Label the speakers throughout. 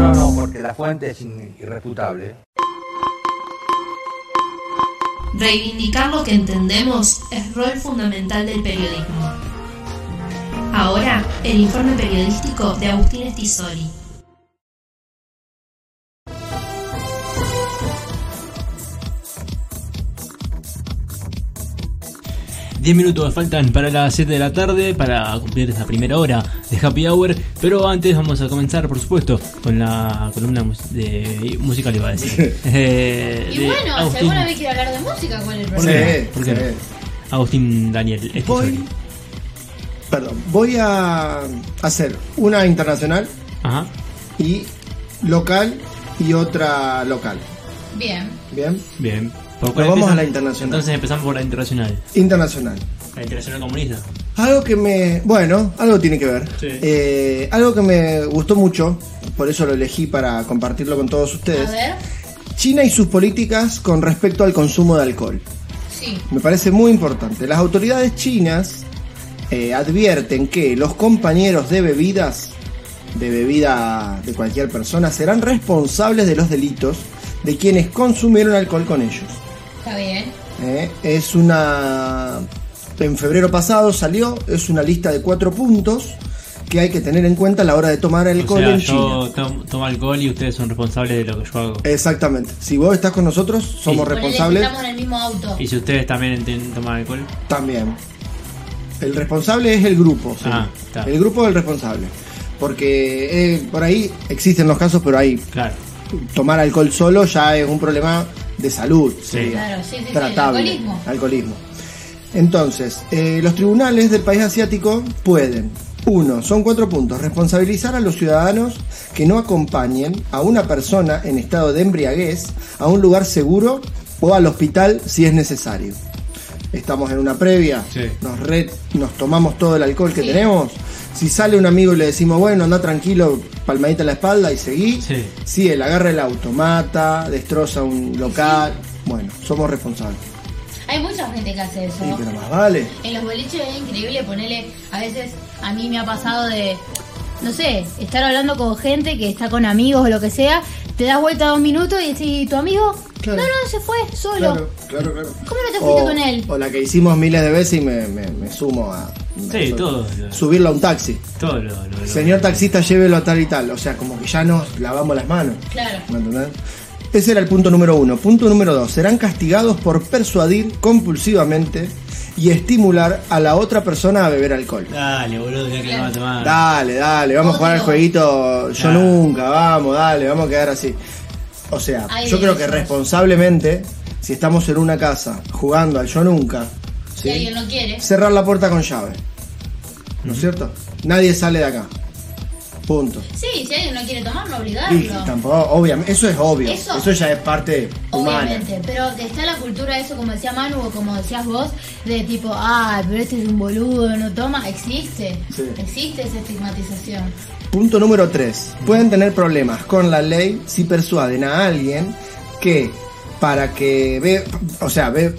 Speaker 1: la fuente es irrefutable.
Speaker 2: Reivindicar lo que entendemos es rol fundamental del periodismo. Ahora, el informe periodístico de Agustín Estisoli.
Speaker 3: Diez minutos faltan para las 7 de la tarde para cumplir esta primera hora de Happy Hour, pero antes vamos a comenzar, por supuesto, con la columna mus- de musical, iba a decir. Eh,
Speaker 4: Y
Speaker 3: de
Speaker 4: bueno,
Speaker 3: Agustín-
Speaker 4: alguna vez quiero hablar de música con el
Speaker 3: ¿Por
Speaker 4: programa.
Speaker 3: qué?
Speaker 5: Sí,
Speaker 3: ¿Por qué no?
Speaker 5: sí.
Speaker 3: Agustín Daniel. este
Speaker 5: Voy.
Speaker 3: soy.
Speaker 5: Perdón, voy a hacer una internacional
Speaker 3: Ajá.
Speaker 5: y local y otra local.
Speaker 4: Bien.
Speaker 5: Bien,
Speaker 3: Bien. ¿Por
Speaker 5: Nos vamos
Speaker 3: empezamos?
Speaker 5: a la internacional.
Speaker 3: Entonces empezamos por la internacional.
Speaker 5: internacional.
Speaker 3: La internacional comunista.
Speaker 5: Algo que me. Bueno, algo tiene que ver.
Speaker 3: Sí.
Speaker 5: Eh, algo que me gustó mucho, por eso lo elegí para compartirlo con todos
Speaker 4: A
Speaker 5: ustedes.
Speaker 4: ver.
Speaker 5: China y sus políticas con respecto al consumo de alcohol.
Speaker 4: Sí.
Speaker 5: Me parece muy importante. Las autoridades chinas eh, advierten que los compañeros de bebidas, de bebida de cualquier persona, serán responsables de los delitos de quienes consumieron alcohol con ellos.
Speaker 4: Está bien.
Speaker 5: ¿eh? Es una... En febrero pasado salió, es una lista de cuatro puntos que hay que tener en cuenta a la hora de tomar
Speaker 3: o
Speaker 5: alcohol
Speaker 3: sea,
Speaker 5: en
Speaker 3: yo
Speaker 5: China.
Speaker 3: tom- tomo alcohol y ustedes son responsables de lo que yo hago.
Speaker 5: Eh. Exactamente. Si vos estás con nosotros, somos
Speaker 3: Sí.
Speaker 4: Ponele que
Speaker 5: responsables.
Speaker 4: Estamos en el mismo auto.
Speaker 3: Y si ustedes también enten- toman alcohol,
Speaker 5: También. El responsable es el grupo. sí.
Speaker 3: Ah, está.
Speaker 5: El grupo es el responsable. Porque eh, por ahí existen los casos, pero ahí
Speaker 3: claro.
Speaker 5: tomar alcohol solo ya es un problema de salud. sería
Speaker 4: Claro, sí, sí, sí, el
Speaker 5: tratable.
Speaker 4: alcoholismo.
Speaker 5: Alcoholismo. Entonces, eh, los tribunales del país asiático pueden. Uno, son cuatro puntos. Responsabilizar a los ciudadanos que no acompañen a una persona en estado de embriaguez a un lugar seguro o al hospital si es necesario. Estamos en una previa,
Speaker 3: Sí.
Speaker 5: nos, re- nos tomamos todo el alcohol que
Speaker 4: Sí.
Speaker 5: tenemos. Si sale un amigo y le decimos, bueno, anda tranquilo, palmadita en la espalda y seguí.
Speaker 3: Sí.
Speaker 5: Si él agarra el auto, mata, destroza un local. Bueno, somos responsables.
Speaker 4: Hay mucha gente que hace eso.
Speaker 5: Sí,
Speaker 3: Oh.
Speaker 5: pero más vale.
Speaker 4: En los boliches es increíble ponerle, a veces a mí me ha pasado de, no sé, estar hablando con gente que está con amigos o lo que sea, te das vuelta dos minutos y decís, ¿tu amigo?
Speaker 5: Claro.
Speaker 4: No, no, se fue solo.
Speaker 5: claro, claro.
Speaker 4: ¿Cómo no te fuiste con él?
Speaker 5: O la que hicimos miles de veces y me, me- me sumo a.
Speaker 3: Sí,
Speaker 5: a-
Speaker 3: todo.
Speaker 5: Subirlo a un taxi.
Speaker 3: Todo lo. lo- lo-
Speaker 5: Señor taxista, llévelo a tal y tal. O sea, como que ya nos lavamos las manos.
Speaker 4: Claro.
Speaker 5: ¿Me entendés? Ese era el punto número uno. Punto número dos. Serán castigados por persuadir compulsivamente y estimular a la otra persona a beber alcohol.
Speaker 3: Dale, boludo, ya que no va a tomar.
Speaker 5: Dale, dale, vamos a jugar al
Speaker 4: Obvio.
Speaker 5: jueguito Yo
Speaker 3: Claro.
Speaker 5: Nunca, vamos, dale, vamos a quedar así. O sea,
Speaker 4: Hay
Speaker 5: yo
Speaker 4: de
Speaker 5: creo que
Speaker 4: esos.
Speaker 5: responsablemente, si estamos en una casa jugando al Yo Nunca,
Speaker 4: Si
Speaker 5: ¿sí?
Speaker 4: alguien no quiere.
Speaker 5: cerrar la puerta con llave. ¿No es cierto? Nadie sale de acá. Punto.
Speaker 4: Sí, si alguien no quiere tomar, no
Speaker 5: Y
Speaker 4: obligarlo.
Speaker 5: tampoco, obviamente, eso es obvio.
Speaker 4: Eso-
Speaker 5: Eso, ya es parte humana.
Speaker 4: Obviamente, pero que está la cultura eso, como decía Manu o como decías vos, de tipo, ah, pero este es un boludo, no toma, existe,
Speaker 5: Sí.
Speaker 4: existe esa estigmatización.
Speaker 5: Punto número 3. Pueden tener problemas con la ley si persuaden a alguien que para que ve, o sea, ve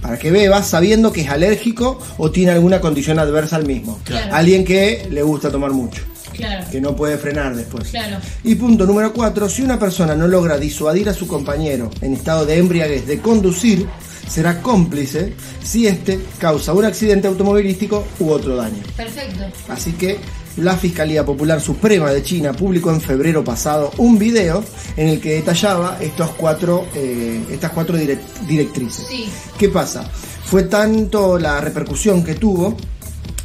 Speaker 5: para que beba sabiendo que es alérgico o tiene alguna condición adversa al mismo.
Speaker 4: Claro.
Speaker 5: Alguien que le gusta tomar mucho,
Speaker 4: Claro,
Speaker 5: que no puede frenar después.
Speaker 4: claro,
Speaker 5: Y punto número 4, si una persona no logra disuadir a su compañero en estado de embriaguez de conducir, será cómplice si éste causa un accidente automovilístico u otro daño.
Speaker 4: perfecto.
Speaker 5: Así que la Fiscalía Popular Suprema de China publicó en febrero pasado un video en el que detallaba estos cuatro, eh, estas cuatro direc- directrices.
Speaker 4: Sí.
Speaker 5: ¿Qué pasa? Fue tanto la repercusión que tuvo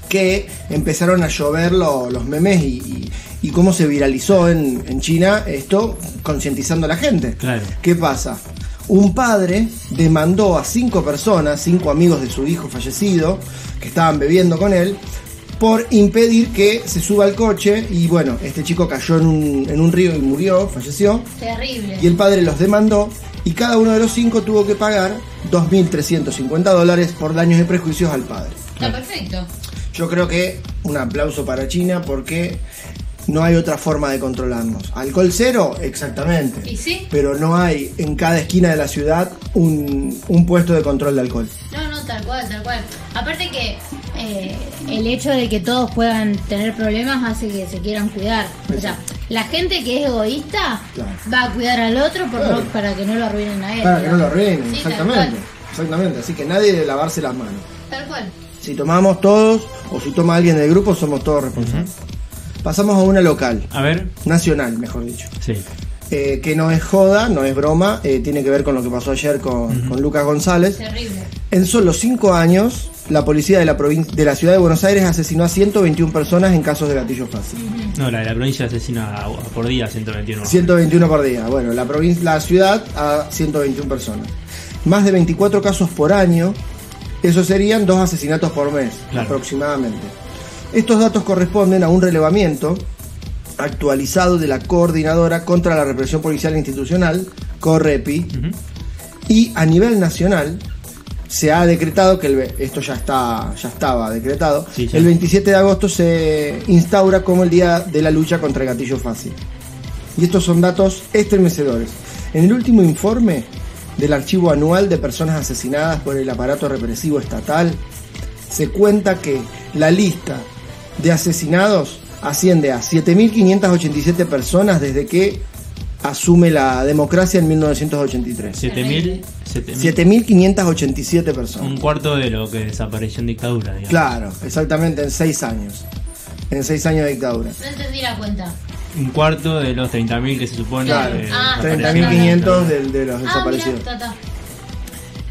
Speaker 5: que empezaron a llover lo- los memes y, y- y cómo se viralizó en, en China esto concientizando a la gente.
Speaker 3: Claro.
Speaker 5: ¿Qué pasa? Un padre demandó a cinco personas, cinco amigos de su hijo fallecido, que estaban bebiendo con él, por impedir que se suba al coche. Y bueno, este chico cayó en un, en un río y murió, falleció.
Speaker 4: Terrible.
Speaker 5: Y el padre los demandó y cada uno de los cinco tuvo que pagar 2.350 dólares por daños y prejuicios al padre.
Speaker 4: Está perfecto.
Speaker 5: Yo creo que un aplauso para China porque no hay otra forma de controlarnos. Alcohol cero, exactamente.
Speaker 4: ¿Y sí?
Speaker 5: Pero no hay en cada esquina de la ciudad un, un puesto de control de alcohol.
Speaker 4: No, no, tal cual, tal cual. Aparte que eh, el hecho de que todos puedan tener problemas hace que se quieran cuidar. O sea, La gente que es egoísta
Speaker 5: Claro.
Speaker 4: va a cuidar al otro por no-
Speaker 5: Claro.
Speaker 4: para que no lo arruinen a él.
Speaker 5: Para que no lo arruinen,
Speaker 4: Sí, tal
Speaker 5: exactamente.
Speaker 4: cual.
Speaker 5: Exactamente, así que nadie de lavarse las manos.
Speaker 4: Tal cual.
Speaker 5: Si tomamos todos o si toma alguien del grupo, somos todos responsables. Pasamos a una local,
Speaker 3: A ver,
Speaker 5: nacional, mejor dicho.
Speaker 3: sí.
Speaker 5: eh, que no es joda, no es broma, eh, tiene que ver con lo que pasó ayer con, con Lucas González.
Speaker 4: Terrible.
Speaker 5: En solo cinco años, la policía de la, provin- de la ciudad de Buenos Aires asesinó a 121 personas en casos de gatillo fácil.
Speaker 3: No, la de la provincia asesina a- por día 121.
Speaker 5: 121 por día. Bueno, la, provin- la ciudad a 121 personas. Más de 24 casos por año. Eso serían dos asesinatos por mes,
Speaker 3: Claro.
Speaker 5: aproximadamente. Estos datos corresponden a un relevamiento actualizado de la Coordinadora contra la Represión Policial Institucional, CORREPI,
Speaker 3: Ujú.
Speaker 5: y a nivel nacional se ha decretado que el ve- esto ya está ya estaba decretado.
Speaker 3: Sí, ya.
Speaker 5: El 27 de agosto se instaura como el día de la lucha contra el gatillo fácil. Y estos son datos estremecedores. En el último informe del archivo anual de personas asesinadas por el aparato represivo estatal, se cuenta que la lista de asesinados asciende a 7.587 personas desde que asume la democracia en 1983.
Speaker 3: 7000, 7000.
Speaker 5: 7.587
Speaker 3: Un
Speaker 5: personas.
Speaker 3: cuarto de lo que desapareció en dictadura, digamos.
Speaker 5: Claro, exactamente, en seis años. En seis años de dictadura.
Speaker 4: No entendí la cuenta.
Speaker 3: Un cuarto de los 30.000 que se supone.
Speaker 5: Claro,
Speaker 3: que
Speaker 4: Ah,
Speaker 3: desaparecieron.
Speaker 5: 30.500 de, de los
Speaker 4: Ah, mira,
Speaker 5: desaparecidos.
Speaker 4: tata.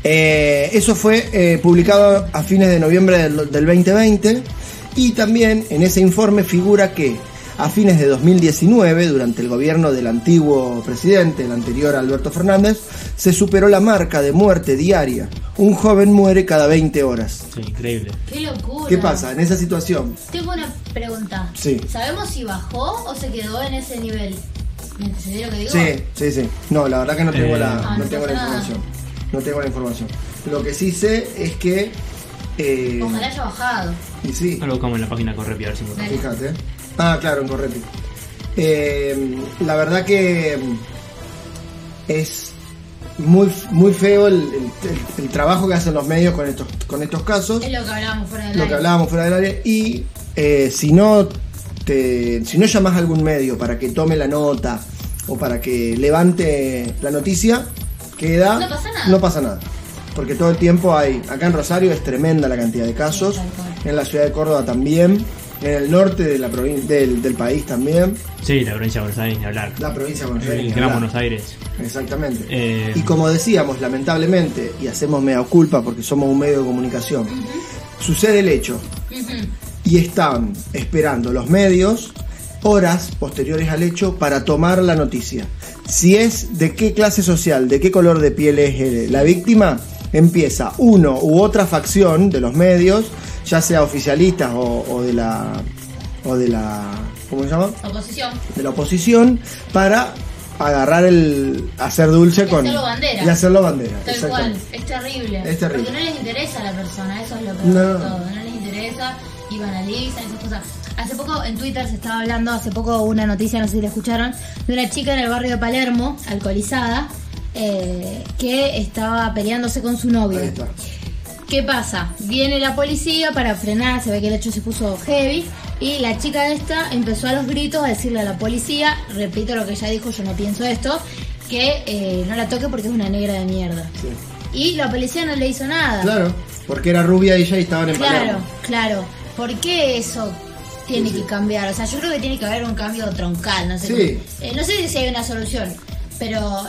Speaker 5: Eh, eso fue eh, publicado a fines de noviembre del, del 2020 y también en ese informe figura que a fines de 2019, durante el gobierno del antiguo presidente, el anterior Alberto Fernández, se superó la marca de muerte diaria. Un joven muere cada 20 horas.
Speaker 3: Sí, increíble.
Speaker 4: Qué locura.
Speaker 5: ¿Qué pasa en esa situación?
Speaker 4: Tengo una pregunta.
Speaker 5: Sí.
Speaker 4: ¿Sabemos si bajó o se quedó en ese nivel? ¿Me entendés lo que digo?
Speaker 5: Sí, sí, sí. No, la verdad que no tengo,
Speaker 3: Eh,
Speaker 5: la,
Speaker 4: Ah,
Speaker 5: no
Speaker 4: no
Speaker 5: tengo la
Speaker 4: pasa nada.
Speaker 5: información. No tengo la información. Lo que sí sé es que. eh,
Speaker 4: Ojalá haya bajado.
Speaker 5: y sí,
Speaker 3: No lo buscamos en la página Correpi, a ver si encontramos.
Speaker 4: Dale.
Speaker 5: fíjate. Ah, claro, en Correti. Eh, la verdad que mm, es muy, muy feo el, el- el- el trabajo que hacen los medios con estos, con estos casos.
Speaker 4: Es lo que hablábamos fuera del
Speaker 5: lo
Speaker 4: aire.
Speaker 5: que hablábamos fuera del área y eh, si no te, si no llamas a algún medio para que tome la nota o para que levante la noticia queda
Speaker 4: No pasa nada.
Speaker 5: no pasa nada. porque todo el tiempo hay acá en Rosario es tremenda la cantidad de casos
Speaker 4: Sí, tal cual.
Speaker 5: en la ciudad de Córdoba también en el norte de la provin- del, del país también
Speaker 3: Sí, la provincia de Buenos Aires, ni hablar.
Speaker 5: la provincia de Buenos
Speaker 3: El
Speaker 5: Aires ni
Speaker 3: Gran
Speaker 5: hablar.
Speaker 3: Buenos Aires.
Speaker 5: Exactamente.
Speaker 3: Eh,
Speaker 5: y como decíamos, lamentablemente, y hacemos mea culpa porque somos un medio de comunicación, sucede el hecho y están esperando los medios horas posteriores al hecho para tomar la noticia. Si es de qué clase social, de qué color de piel es eh, la víctima, empieza uno u otra facción de los medios, ya sea oficialistas o, o de la... o de la... ¿cómo se llama?
Speaker 4: Oposición.
Speaker 5: de la oposición para agarrar el hacer dulce
Speaker 4: Y
Speaker 5: con
Speaker 4: hacerlo bandera.
Speaker 5: y hacerlo bandera
Speaker 4: Tal cual.
Speaker 5: exactamente.
Speaker 4: Es terrible.
Speaker 5: Es terrible.
Speaker 4: Porque no les interesa a la persona. Eso es lo que
Speaker 5: No.
Speaker 4: todo. No les interesa y banalizan esas cosas. Hace poco en Twitter se estaba hablando, hace poco una noticia, no sé si la escucharon, de una chica en el barrio de Palermo, alcoholizada, eh, que estaba peleándose con su novio.
Speaker 5: Ahí está.
Speaker 4: ¿Qué pasa? Viene la policía para frenar, se ve que el hecho se puso heavy y la chica esta empezó a los gritos a decirle a la policía, repito lo que ella dijo, yo no pienso esto, que eh, no la toque porque es una negra de mierda.
Speaker 5: Sí.
Speaker 4: Y la policía no le hizo nada.
Speaker 5: Claro, porque era rubia ella y estaban en
Speaker 4: claro.
Speaker 5: Palermo.
Speaker 4: claro. ¿Por qué eso tiene que cambiar? O sea, yo creo que tiene que haber un cambio troncal, no sé.
Speaker 5: Sí.
Speaker 4: cómo- eh, no sé si hay una solución, pero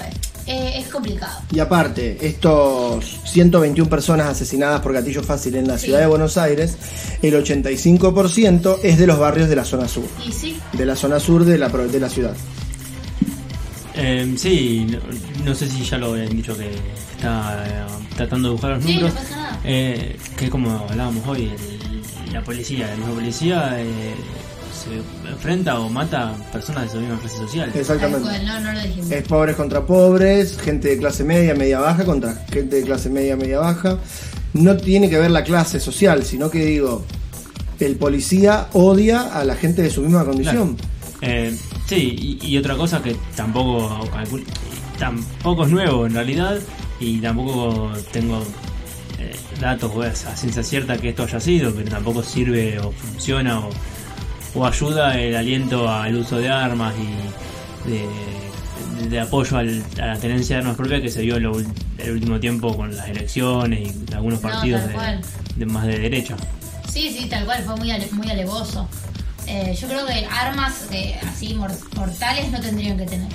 Speaker 4: eh, es complicado.
Speaker 5: Y aparte, estos 121 personas asesinadas por gatillo fácil en la
Speaker 4: Sí.
Speaker 5: ciudad de Buenos Aires, el 85% es de los barrios de la zona sur,
Speaker 4: Y sí,
Speaker 5: de la zona sur de la, pro- de la ciudad.
Speaker 3: eh, sí, no, no sé si ya lo habían dicho que está eh, tratando de buscar los
Speaker 4: Sí, no
Speaker 3: números.
Speaker 4: pasa nada.
Speaker 3: Eh, que como hablábamos hoy, el- la policía, la misma policía eh, se enfrenta o mata personas de su misma clase social.
Speaker 5: Exactamente.
Speaker 4: tal cual, no, no lo dijimos.
Speaker 5: Es pobres contra pobres, gente de clase media, media baja contra gente de clase media, media baja. No tiene que ver la clase social, sino que digo, el policía odia a la gente de su misma
Speaker 3: Claro.
Speaker 5: condición.
Speaker 3: Eh, sí, y, y otra cosa que tampoco calcul- tampoco es nuevo en realidad y tampoco tengo eh, datos o a a ciencia cierta que esto haya sido, pero tampoco sirve o funciona o, o ayuda el aliento al uso de armas y de, de apoyo al- a la tenencia de armas propias que se vio lo ul- el último tiempo con las elecciones y algunos
Speaker 4: No,
Speaker 3: partidos
Speaker 4: tal
Speaker 3: de-
Speaker 4: cual.
Speaker 3: de más de derecha.
Speaker 4: Sí, sí, tal cual, fue muy, ale- muy alevoso. Eh, yo creo que armas eh, así mor- mortales no tendrían que tener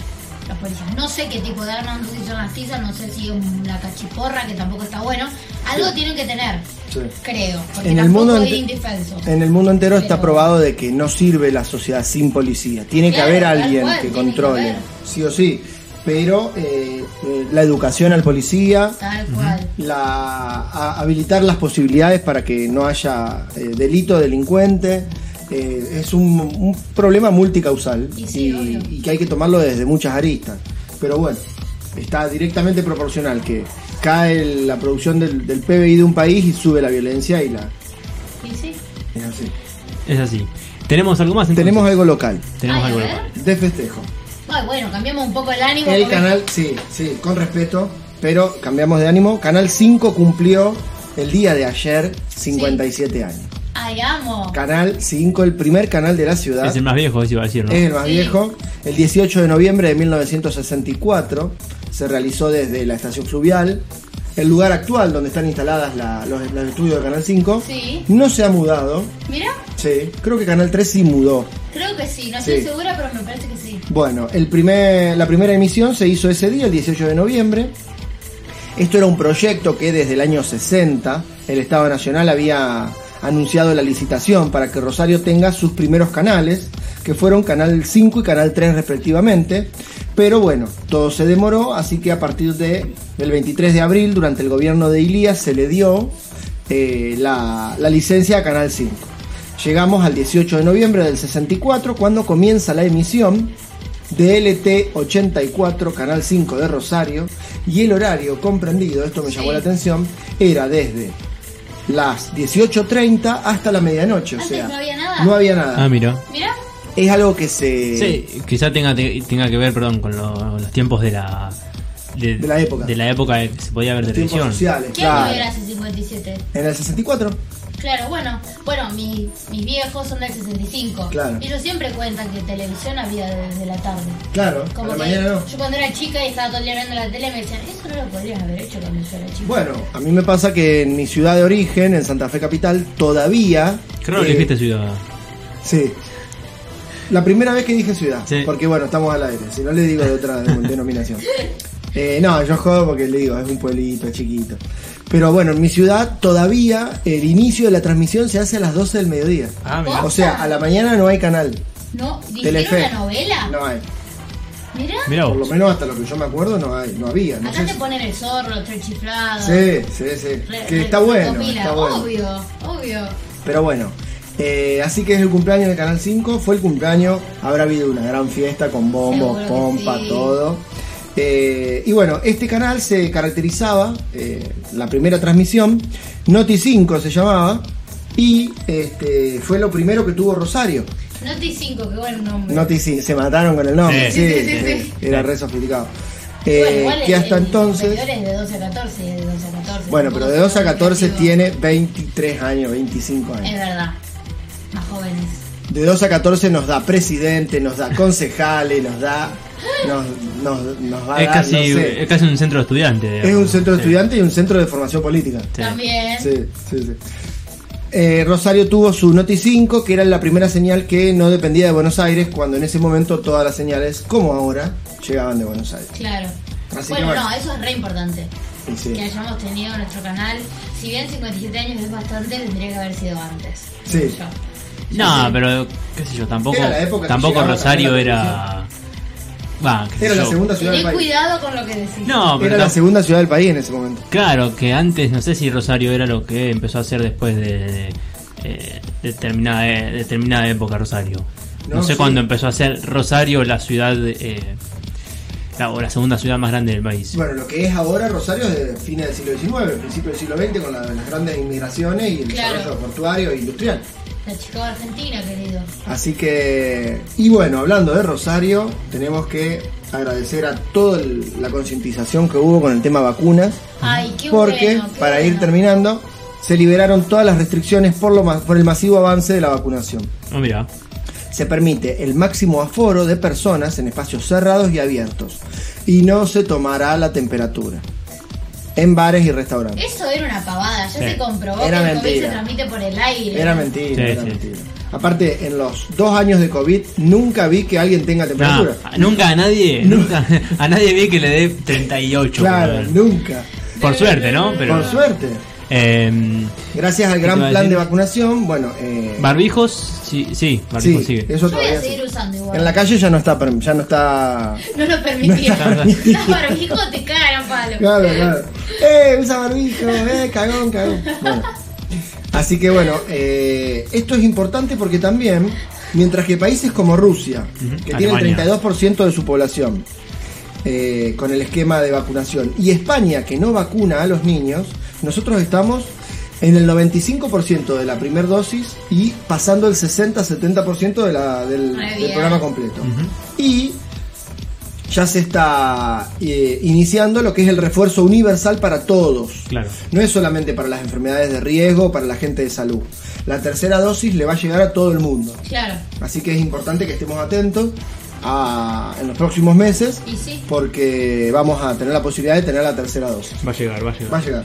Speaker 4: los policías. No sé qué tipo de armas, no sé si son las tizas, no sé si un- la cachiporra, que tampoco está bueno. Algo tienen que tener,
Speaker 5: Sí.
Speaker 4: creo, porque
Speaker 5: En el,
Speaker 4: tampoco
Speaker 5: mundo
Speaker 4: ir
Speaker 5: ente-
Speaker 4: indefenso.
Speaker 5: en el mundo entero está
Speaker 4: Pero-
Speaker 5: probado de que no sirve la sociedad sin policía. Tiene que
Speaker 4: Claro,
Speaker 5: haber
Speaker 4: tal
Speaker 5: alguien
Speaker 4: cual,
Speaker 5: que
Speaker 4: tiene que
Speaker 5: controle,
Speaker 4: haber.
Speaker 5: sí o sí. Pero eh, eh, la educación al policía,
Speaker 4: Tal cual.
Speaker 5: la, a- habilitar las posibilidades para que no haya eh, delito, delincuente. eh, es un, un problema multicausal
Speaker 4: Y sí, obvio.
Speaker 5: y que hay que tomarlo desde muchas aristas. Pero bueno, está directamente proporcional que cae la producción del, del PBI de un país y sube la violencia y la...
Speaker 4: ¿Y sí?
Speaker 5: es así.
Speaker 3: Es así. ¿Tenemos algo más? entonces?
Speaker 5: Tenemos algo local,
Speaker 3: Tenemos
Speaker 4: Ay, a
Speaker 3: algo.
Speaker 4: ver.
Speaker 5: de festejo.
Speaker 4: Ay, bueno, cambiamos un poco el ánimo.
Speaker 5: El
Speaker 4: porque-
Speaker 5: canal, sí, sí, con respeto, pero cambiamos de ánimo. Canal 5 cumplió el día de ayer 57 años.
Speaker 4: Ay, amo.
Speaker 5: Canal 5, el primer canal de la ciudad.
Speaker 3: Es el más viejo, eso iba a decir, ¿no?
Speaker 5: Es el más
Speaker 4: Sí.
Speaker 5: viejo. El 18 de noviembre de 1964 se realizó desde la estación fluvial. El lugar actual donde están instaladas la- los, los estudios de Canal 5
Speaker 4: Sí.
Speaker 5: no se ha mudado.
Speaker 4: Mira,
Speaker 5: Sí, creo que Canal 3 sí mudó.
Speaker 4: creo que sí, no estoy
Speaker 5: Sí.
Speaker 4: segura, pero me parece que sí.
Speaker 5: Bueno, el primer, la primera emisión se hizo ese día, el 18 de noviembre. Esto era un proyecto que desde el año 60 el Estado Nacional había anunciado la licitación para que Rosario tenga sus primeros canales, que fueron Canal 5 y Canal 3 respectivamente. Pero bueno, todo se demoró, así que a partir de- del 23 de abril, durante el gobierno de Ilías, se le dio eh, la, la licencia a Canal 5. Llegamos al 18 de noviembre del 64, cuando comienza la emisión de LT84, Canal 5 de Rosario, y el horario comprendido, esto me llamó
Speaker 4: Sí.
Speaker 5: la atención, era desde las 18.30 hasta la medianoche, o
Speaker 4: Antes
Speaker 5: sea,
Speaker 4: no había nada.
Speaker 5: no había nada.
Speaker 3: Ah, mira.
Speaker 4: Mira,
Speaker 5: Es algo que se...
Speaker 3: Sí, quizá tenga, te- tenga que ver, perdón, con lo- los tiempos de la.
Speaker 5: De la época.
Speaker 3: De la época en que se podía ver
Speaker 5: los tiempos
Speaker 3: televisión.
Speaker 5: sociales,
Speaker 4: ¿qué
Speaker 5: claro.
Speaker 4: año era ese 57?
Speaker 5: En el 64,
Speaker 4: Claro, bueno, bueno, mi- mis viejos son del 65.
Speaker 5: Claro.
Speaker 4: Ellos siempre cuentan que televisión había desde la tarde.
Speaker 5: claro, a
Speaker 4: Como
Speaker 5: la
Speaker 4: que
Speaker 5: mañana no.
Speaker 4: yo cuando era chica y estaba todo el día viendo la tele me decían, eso no lo podrías haber hecho cuando yo era chica.
Speaker 5: Bueno, a mí me pasa que en mi ciudad de origen, en Santa Fe Capital, todavía...
Speaker 3: Creo que
Speaker 5: eh,
Speaker 3: elegiste ciudad.
Speaker 5: Sí. La primera vez que dije ciudad,
Speaker 3: Sí.
Speaker 5: porque bueno, estamos al aire, si no le digo de otra denominación. Eh, no, yo jodo porque le digo, es un pueblito chiquito. Pero bueno, en mi ciudad todavía el inicio de la transmisión se hace a las 12 del mediodía.
Speaker 3: Ah,
Speaker 4: mira.
Speaker 5: O sea, a la mañana no hay canal.
Speaker 4: ¿No? ¿Dijeron
Speaker 5: Telefe.
Speaker 4: una novela?
Speaker 5: No hay.
Speaker 4: Mirá,
Speaker 3: Mira
Speaker 5: Por lo
Speaker 3: vos.
Speaker 5: menos hasta lo que yo me acuerdo no hay, no había. No
Speaker 4: acá
Speaker 5: sé
Speaker 4: te
Speaker 5: si-
Speaker 4: ponen el zorro, el tren chiflado.
Speaker 5: Sí, sí, sí.
Speaker 4: re-
Speaker 5: Que
Speaker 4: re-
Speaker 5: está bueno,
Speaker 4: recopila.
Speaker 5: está bueno.
Speaker 4: Obvio, obvio.
Speaker 5: Pero bueno, eh, así que es el cumpleaños de Canal 5, fue el cumpleaños, habrá habido una gran fiesta con bombos,
Speaker 4: Seguro que
Speaker 5: pompa,
Speaker 4: sí.
Speaker 5: todo. Eh, y bueno, este canal se caracterizaba, eh, la primera transmisión, Noti 5 se llamaba, y este, fue lo primero que tuvo Rosario.
Speaker 4: Noti 5, qué buen nombre.
Speaker 5: Noti 5, se mataron con el nombre,
Speaker 3: Sí.
Speaker 5: sí,
Speaker 4: Sí, sí, sí,
Speaker 5: era re sofisticado.
Speaker 4: Y bueno,
Speaker 5: Eh,
Speaker 4: igual
Speaker 5: que
Speaker 4: el-
Speaker 5: hasta
Speaker 4: el
Speaker 5: entonces...
Speaker 4: superior es de 12 a 14, es de 12 a 14.
Speaker 5: Bueno, pero de 12 a 14
Speaker 4: Objetivo.
Speaker 5: tiene 23 años, 25 años.
Speaker 4: Es verdad, más jóvenes.
Speaker 5: De 2 a 14 nos da presidente, nos da concejales, nos da. Nos, nos, nos va a
Speaker 3: Es
Speaker 5: dar,
Speaker 3: casi,
Speaker 5: no sé.
Speaker 3: es casi un centro de estudiantes.
Speaker 5: Es
Speaker 3: digamos.
Speaker 5: un centro de
Speaker 3: Sí.
Speaker 5: estudiantes y un centro de formación política.
Speaker 3: Sí.
Speaker 4: También.
Speaker 5: Sí, sí, sí. Eh, Rosario tuvo su Noti 5, que era la primera señal que no dependía de Buenos Aires, cuando en ese momento todas las señales, como ahora, llegaban de Buenos Aires.
Speaker 4: Claro.
Speaker 5: Así
Speaker 4: bueno,
Speaker 5: que bueno.
Speaker 4: no, eso es re importante.
Speaker 5: Y sí.
Speaker 4: Que hayamos tenido nuestro canal. Si bien 57 años es bastante, tendría que haber sido antes.
Speaker 5: Sí.
Speaker 4: digo yo.
Speaker 3: No, pero qué sé yo, tampoco,
Speaker 5: Era la época que
Speaker 3: tampoco
Speaker 5: llegaba
Speaker 3: Rosario
Speaker 5: también la
Speaker 3: era. Va, qué sé
Speaker 5: Era la
Speaker 3: yo.
Speaker 5: segunda ciudad del
Speaker 4: Tené
Speaker 5: país.
Speaker 4: cuidado con lo que decís.
Speaker 3: No, pero
Speaker 5: Era la
Speaker 3: tam-
Speaker 5: segunda ciudad del país en ese momento.
Speaker 3: Claro, que antes no sé si Rosario era lo que empezó a hacer después de, eh, determinada, eh, determinada época Rosario. No,
Speaker 5: No,
Speaker 3: sé
Speaker 5: sí.
Speaker 3: cuándo empezó a ser Rosario la ciudad, eh, la, o la segunda ciudad más grande del país.
Speaker 5: Bueno, lo que es ahora Rosario es de fines del siglo XIX, principio del siglo XX, con la- las grandes inmigraciones y el
Speaker 4: Claro.
Speaker 5: desarrollo portuario e industrial.
Speaker 4: La Chicago Argentina, querido.
Speaker 5: Así que, y bueno, hablando de Rosario, tenemos que agradecer a toda el- la concientización que hubo con el tema vacunas,
Speaker 4: Ay, qué
Speaker 5: porque
Speaker 4: bueno. qué
Speaker 5: para ir
Speaker 4: bueno.
Speaker 5: terminando, se liberaron todas las restricciones por, lo, ma- por el masivo avance de la vacunación.
Speaker 3: Ah, mira,
Speaker 5: Se permite el máximo aforo de personas en espacios cerrados y abiertos y no se tomará la temperatura en bares y restaurantes.
Speaker 4: Eso era una pavada, ya
Speaker 3: Sí.
Speaker 4: se comprobó
Speaker 5: Era
Speaker 4: que el COVID
Speaker 5: mentira.
Speaker 4: se transmite por el aire.
Speaker 5: Era mentira,
Speaker 3: Sí,
Speaker 5: era
Speaker 3: sí.
Speaker 5: mentira. Aparte, en los dos años de COVID nunca vi que alguien tenga
Speaker 3: Nah,
Speaker 5: temperatura.
Speaker 3: Ah, nunca a nadie, nunca a nadie vi que le dé 38.
Speaker 5: claro,
Speaker 3: por-
Speaker 5: nunca.
Speaker 3: Por suerte, ¿no? Pero,
Speaker 5: Por suerte.
Speaker 3: eh,
Speaker 5: Gracias al
Speaker 3: ¿Qué te
Speaker 5: gran
Speaker 3: iba a
Speaker 5: plan de
Speaker 3: decir?
Speaker 5: vacunación, bueno, eh,
Speaker 3: barbijos, sí, sí barbijos
Speaker 5: sí,
Speaker 3: sigue.
Speaker 5: eso
Speaker 4: Yo voy
Speaker 5: todavía
Speaker 4: a
Speaker 5: sí.
Speaker 4: seguir usando igual.
Speaker 5: En la calle ya no está, perm- ya no está.
Speaker 4: No lo permitieron.
Speaker 3: No
Speaker 4: Estás barbijo, te cagan, palo.
Speaker 5: Claro, claro. ¡Eh, usa barbijo! ¡Eh, cagón, cagón! Bueno. Así que bueno, eh, esto es importante porque también, mientras que países como Rusia,
Speaker 3: Ujú,
Speaker 5: que tiene el
Speaker 3: Alemania.
Speaker 5: 32% de su población eh, con el esquema de vacunación, y España, que no vacuna a los niños, nosotros estamos en el 95% de la primera dosis y pasando el 60-70% de la- del,
Speaker 4: Muy
Speaker 5: del
Speaker 4: bien.
Speaker 5: programa completo. Y ya se está eh, iniciando lo que es el refuerzo universal para todos.
Speaker 3: Claro.
Speaker 5: No es solamente para las enfermedades de riesgo, para la gente de salud. La tercera dosis le va a llegar a todo el mundo.
Speaker 4: Claro.
Speaker 5: Así que es importante que estemos atentos a- en los próximos meses
Speaker 4: Y sí.
Speaker 5: porque vamos a tener la posibilidad de tener la tercera dosis.
Speaker 3: Va a llegar, va a llegar.
Speaker 5: Va a llegar.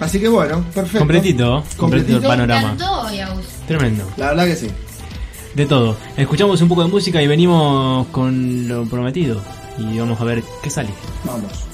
Speaker 5: Así que bueno, perfecto.
Speaker 3: Completito, completito el
Speaker 5: Completito.
Speaker 3: panorama.
Speaker 4: Encantó hoy, Agus.
Speaker 3: Tremendo.
Speaker 5: La verdad que sí.
Speaker 3: De todo. Escuchamos un poco de música y venimos con lo prometido. Y vamos a ver qué sale.
Speaker 5: Vamos.